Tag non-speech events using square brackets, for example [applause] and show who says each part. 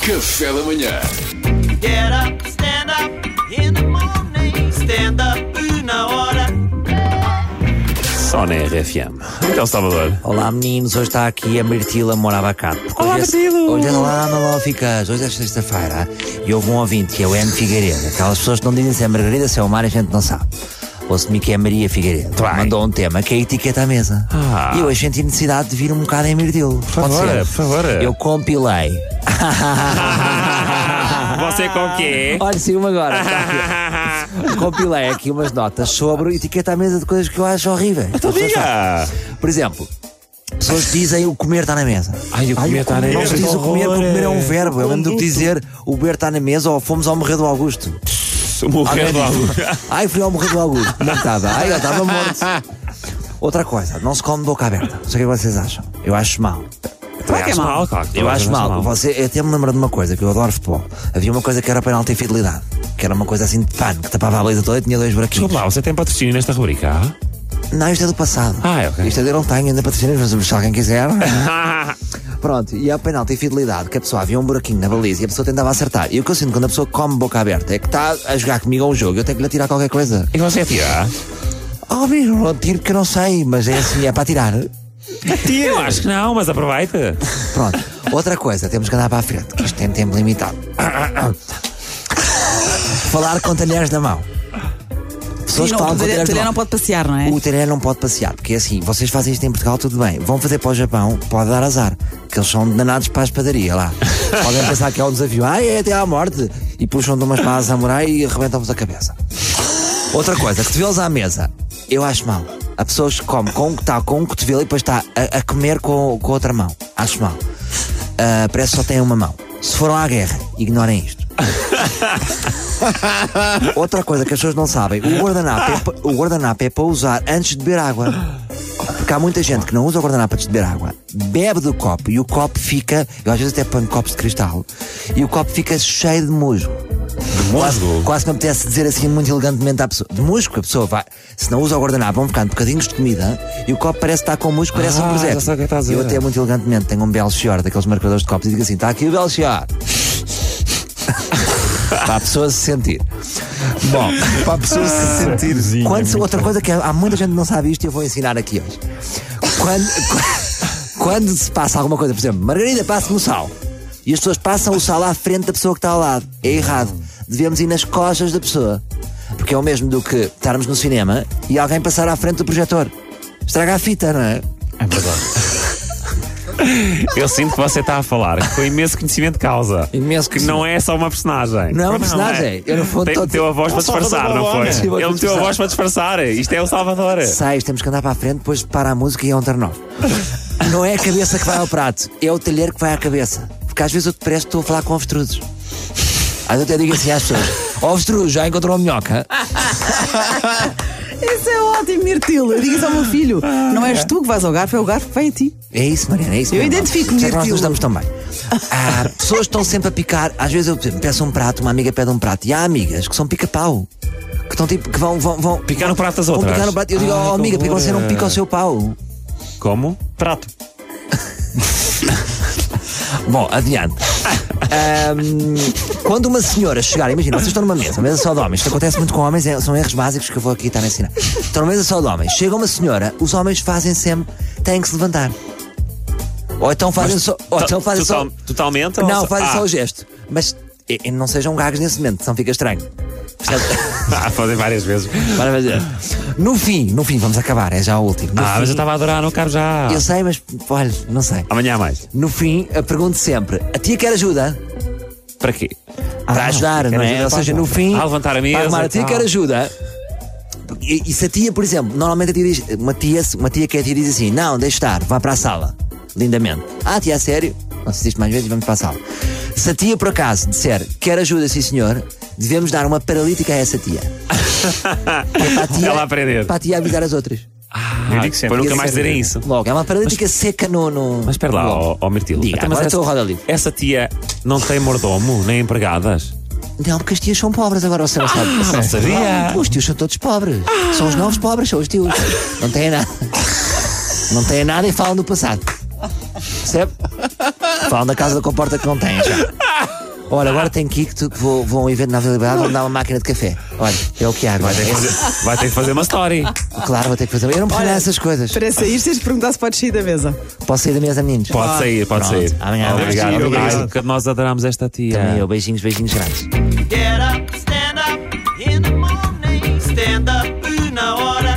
Speaker 1: Café da manhã.
Speaker 2: Get up, stand up in the morning. Stand up na hora.
Speaker 3: Só na RFM. Miguel Salvador.
Speaker 4: Olá meninos, hoje está aqui a Mirtila Morabacato. Porque
Speaker 3: Olá,
Speaker 4: hoje é-
Speaker 3: Mirtilo.
Speaker 4: Hoje é lá, malóficas, hoje é sexta-feira e houve um ouvinte que é o M. Figueiredo. Aquelas pessoas que não dizem se é Margarida, se é o Mar, a gente não sabe. Ou se me que é Maria Figueiredo.
Speaker 3: Tá bem.
Speaker 4: Mandou um tema que é etiqueta à mesa.
Speaker 3: Ah.
Speaker 4: E eu hoje senti necessidade de vir um bocado em Mirtilo. Por
Speaker 3: favor, por favor.
Speaker 4: Eu compilei.
Speaker 3: [laughs] Você com o quê?
Speaker 4: Olha, saiu uma agora. Está aqui. compilei aqui umas notas sobre etiqueta à mesa de coisas que eu acho horríveis.
Speaker 3: Então diga!
Speaker 4: Por exemplo, pessoas que dizem o comer está na mesa.
Speaker 3: Ai, o comer tá na
Speaker 4: Não
Speaker 3: mesa,
Speaker 4: se diz
Speaker 3: que
Speaker 4: o comer,
Speaker 3: horror,
Speaker 4: porque comer é um verbo.
Speaker 3: é
Speaker 4: É
Speaker 3: um
Speaker 4: mesmo do que
Speaker 3: luto.
Speaker 4: dizer o beber está na mesa ou fomos ao morrer do Augusto.
Speaker 3: Morrer do
Speaker 4: Alguém
Speaker 3: algo.
Speaker 4: diz, [laughs] Ai, fui ao morrer do Augusto. Não estava. Ai, eu estava morto. Outra coisa, não se come de boca aberta. Não sei o que vocês acham. Eu acho mal.
Speaker 3: Claro que é mal, claro.
Speaker 4: Eu acho mal. Você, eu até me lembro de uma coisa, que eu adoro futebol. Havia uma coisa que era o penalti e fidelidade. Que era uma coisa assim de pano, que tapava a baliza toda e tinha dois buraquinhos.
Speaker 3: [laughs] Desculpa lá, você tem patrocínio nesta rubrica?
Speaker 4: Não, isto é do passado.
Speaker 3: Ah, é, ok.
Speaker 4: Isto é de eu não tenho ainda patrocínios, mas se alguém quiser.
Speaker 3: Ah.
Speaker 4: Pronto, e há penalti e fidelidade, que a pessoa havia um buraquinho na baliza e a pessoa tentava acertar. E o que eu sinto quando a pessoa come boca aberta é que está a jogar comigo a um jogo, eu tenho que lhe atirar qualquer coisa.
Speaker 3: [laughs] E você é atira?
Speaker 4: Oh, mesmo, não tiro porque eu não sei, mas é assim, é para atirar.
Speaker 3: Atira! Eu acho que não, mas aproveita.
Speaker 4: Pronto, outra coisa, temos que andar para a frente, que isto tem tempo limitado. Falar com talheres na mão. Pessoas
Speaker 5: Sim, não,
Speaker 4: que falam
Speaker 5: o
Speaker 4: com
Speaker 5: talher,
Speaker 4: talheres na
Speaker 5: talher
Speaker 4: mão.
Speaker 5: não pode passear, não é?
Speaker 4: O talher não pode passear, porque é assim, vocês fazem isto em Portugal, tudo bem. Vão fazer para o Japão, pode dar azar. Que eles são danados para a espadaria lá. Podem pensar que é um desafio, ah, é até à morte. E puxam de uma espada samurai e arrebentam-vos a cabeça. Outra coisa, cotovelos à mesa. Eu acho mal. Há pessoas que comem com, tá, com um cotovelo e depois está a, a comer com, com a outra mão. Acho mal. Ah, parece que só têm uma mão. Se foram à guerra, ignorem isto. Outra coisa que as pessoas não sabem: o guardanapo, é, pa- o guardanapo é para usar antes de beber água. Porque há muita gente que não usa o guardanapo antes de beber água, bebe do copo e o copo fica. Eu às vezes até ponho copos de cristal e o copo fica cheio de musgo. De
Speaker 3: musgo?
Speaker 4: Quase, quase que me apetece dizer assim muito elegantemente à pessoa: de musgo, que a pessoa vai. Se não usa o guardanapo, vão ficando bocadinhos de comida e o copo parece estar com musgo, parece
Speaker 3: Ah,
Speaker 4: um presépio.
Speaker 3: já sei o que estás a
Speaker 4: Eu
Speaker 3: dizer.
Speaker 4: até muito elegantemente tenho um Belchior daqueles marcadores de copos e digo assim: está aqui o Belchior. [laughs] Para a pessoa se sentir. Bom, para a pessoa se sentir. Quando, outra coisa que é, há muita gente que não sabe isto e eu vou ensinar aqui hoje. Quando, [laughs] quando se passa alguma coisa, por exemplo, Margarida, passa-me o sal. E as pessoas passam o sal à frente da pessoa que está ao lado. É errado. Devemos ir nas costas da pessoa. Porque é o mesmo do que estarmos no cinema e alguém passar à frente do projetor. Estraga a fita, não é?
Speaker 3: Ah, Eu sinto que você está a falar com imenso conhecimento de causa.
Speaker 4: Imenso
Speaker 3: Que não é só uma personagem.
Speaker 4: Não é uma personagem. Eu, no fundo,
Speaker 3: Tem,
Speaker 4: tô-
Speaker 3: meteu a voz para disfarçar, não foi?
Speaker 4: Sim, vou
Speaker 3: Ele meteu a
Speaker 4: disfarçar.
Speaker 3: voz para disfarçar. Isto é o Salvador.
Speaker 4: sais, temos que andar para a frente, depois para a música e é um
Speaker 3: [laughs]
Speaker 4: turn off. Não é a cabeça que vai ao prato, é o talher que vai à cabeça. Porque às vezes eu te parece que estou a falar com avestruzes. Às vezes eu até digo assim às pessoas: "Ó, avestruz, já encontrou a minhoca?
Speaker 5: Isso é ótimo, Mirtilo. Diga isso ao meu filho. Não és tu que vais ao garfo, é o garfo que vai a ti.
Speaker 4: É isso, Mariana, é isso.
Speaker 5: Eu
Speaker 4: mesmo.
Speaker 5: identifico-me,
Speaker 4: Por isso é que nós
Speaker 5: Mirtilo.
Speaker 4: nos damos tão bem. Ah, pessoas estão sempre a picar. Às vezes eu peço um prato, uma amiga pede um prato. E há amigas que são pica-pau. Que estão tipo, que vão, vão, vão.
Speaker 3: Picar no prato das
Speaker 4: vão
Speaker 3: outras.
Speaker 4: picar no prato. Eu digo,
Speaker 3: Ai,
Speaker 4: oh,
Speaker 3: que
Speaker 4: amiga, porque
Speaker 3: horror.
Speaker 4: você não pica o seu pau?
Speaker 3: Como? Prato.
Speaker 4: Bom, adiante. Ahm, quando uma senhora chegar, imagina, vocês estão numa mesa, mesa só de homens, isto acontece muito com homens, é- são erros básicos que eu vou aqui estar a ensinar. Estão numa mesa só de homens, chega uma senhora, os homens fazem sempre, têm que se levantar. Ou então fazem só. Ou então fazem só.
Speaker 3: Total- Totalmente? ou
Speaker 4: Não, fazem
Speaker 3: ah,
Speaker 4: só o gesto. Mas e- e não sejam gagos nesse momento, senão fica estranho. Percebe? [laughs]
Speaker 3: Ah, fazem várias vezes.
Speaker 4: Para fazer. No fim, no fim, vamos acabar, é já o último. No
Speaker 3: Ah, mas eu
Speaker 4: fim-
Speaker 3: estava a adorar, não quero já.
Speaker 4: eu sei, mas olha, não sei.
Speaker 3: Amanhã há mais.
Speaker 4: No fim, eu pergunto sempre: a tia quer ajuda?
Speaker 3: Para quê?
Speaker 4: para ajudar, não
Speaker 3: Ah, ajuda
Speaker 4: é? Ou
Speaker 3: para
Speaker 4: seja,
Speaker 3: ajudar.
Speaker 4: no fim,
Speaker 3: Ah, levantar a mesa
Speaker 4: para arrumar
Speaker 3: e
Speaker 4: a tia
Speaker 3: tal.
Speaker 4: quer ajuda. E, e se a tia, por exemplo, normalmente a tia diz, uma tia, uma tia que é a tia diz assim: não, deixa estar, vá para a sala, lindamente. Ah, tia, a sério? Não se diz mais vezes, vamos para a sala. Se a tia, por acaso, disser quer ajuda, sim senhor, devemos dar uma paralítica a essa
Speaker 3: [laughs]
Speaker 4: tia. Que é para a tia
Speaker 3: Ela aprender.
Speaker 4: Para a tia avisar as outras.
Speaker 3: Ah, para nunca mais dizerem isso.
Speaker 4: Logo, é uma paralítica seca no. no
Speaker 3: Mas espera lá,
Speaker 4: logo.
Speaker 3: ó, ó Mirtilo.
Speaker 4: Diga,
Speaker 3: mas
Speaker 4: agora
Speaker 3: essa-
Speaker 4: estou a roda livre.
Speaker 3: Essa tia não tem mordomo, nem empregadas.
Speaker 4: Não, porque as tias são pobres agora, você não sabe.
Speaker 3: não sabia.
Speaker 4: Os tios são todos pobres. São os novos pobres, são os tios. Não têm nada. Não têm nada e falam do passado. Percebe? Falam da casa da comporta que não têm já. Olha, agora tenho que ir que tu- que vou, vou a um evento na Vila Liberdade, vou dar uma máquina de café. Olha, é o que há agora.
Speaker 3: Vai ter que fazer, vai ter que fazer uma story.
Speaker 4: Claro, vou ter que fazer. Eu não percebo essas coisas.
Speaker 5: Para sair, tens de perguntar se podes sair da mesa.
Speaker 4: Posso sair da mesa, meninos?
Speaker 3: Pode sair, pode
Speaker 4: Pronto.
Speaker 3: sair.
Speaker 4: Amanhã,
Speaker 3: obrigado,
Speaker 4: obrigado.
Speaker 3: obrigado. Porque nós adoramos esta tia.
Speaker 4: Também eu. Beijinhos, beijinhos grandes.
Speaker 2: Get up, stand up in the morning. Stand up na hora.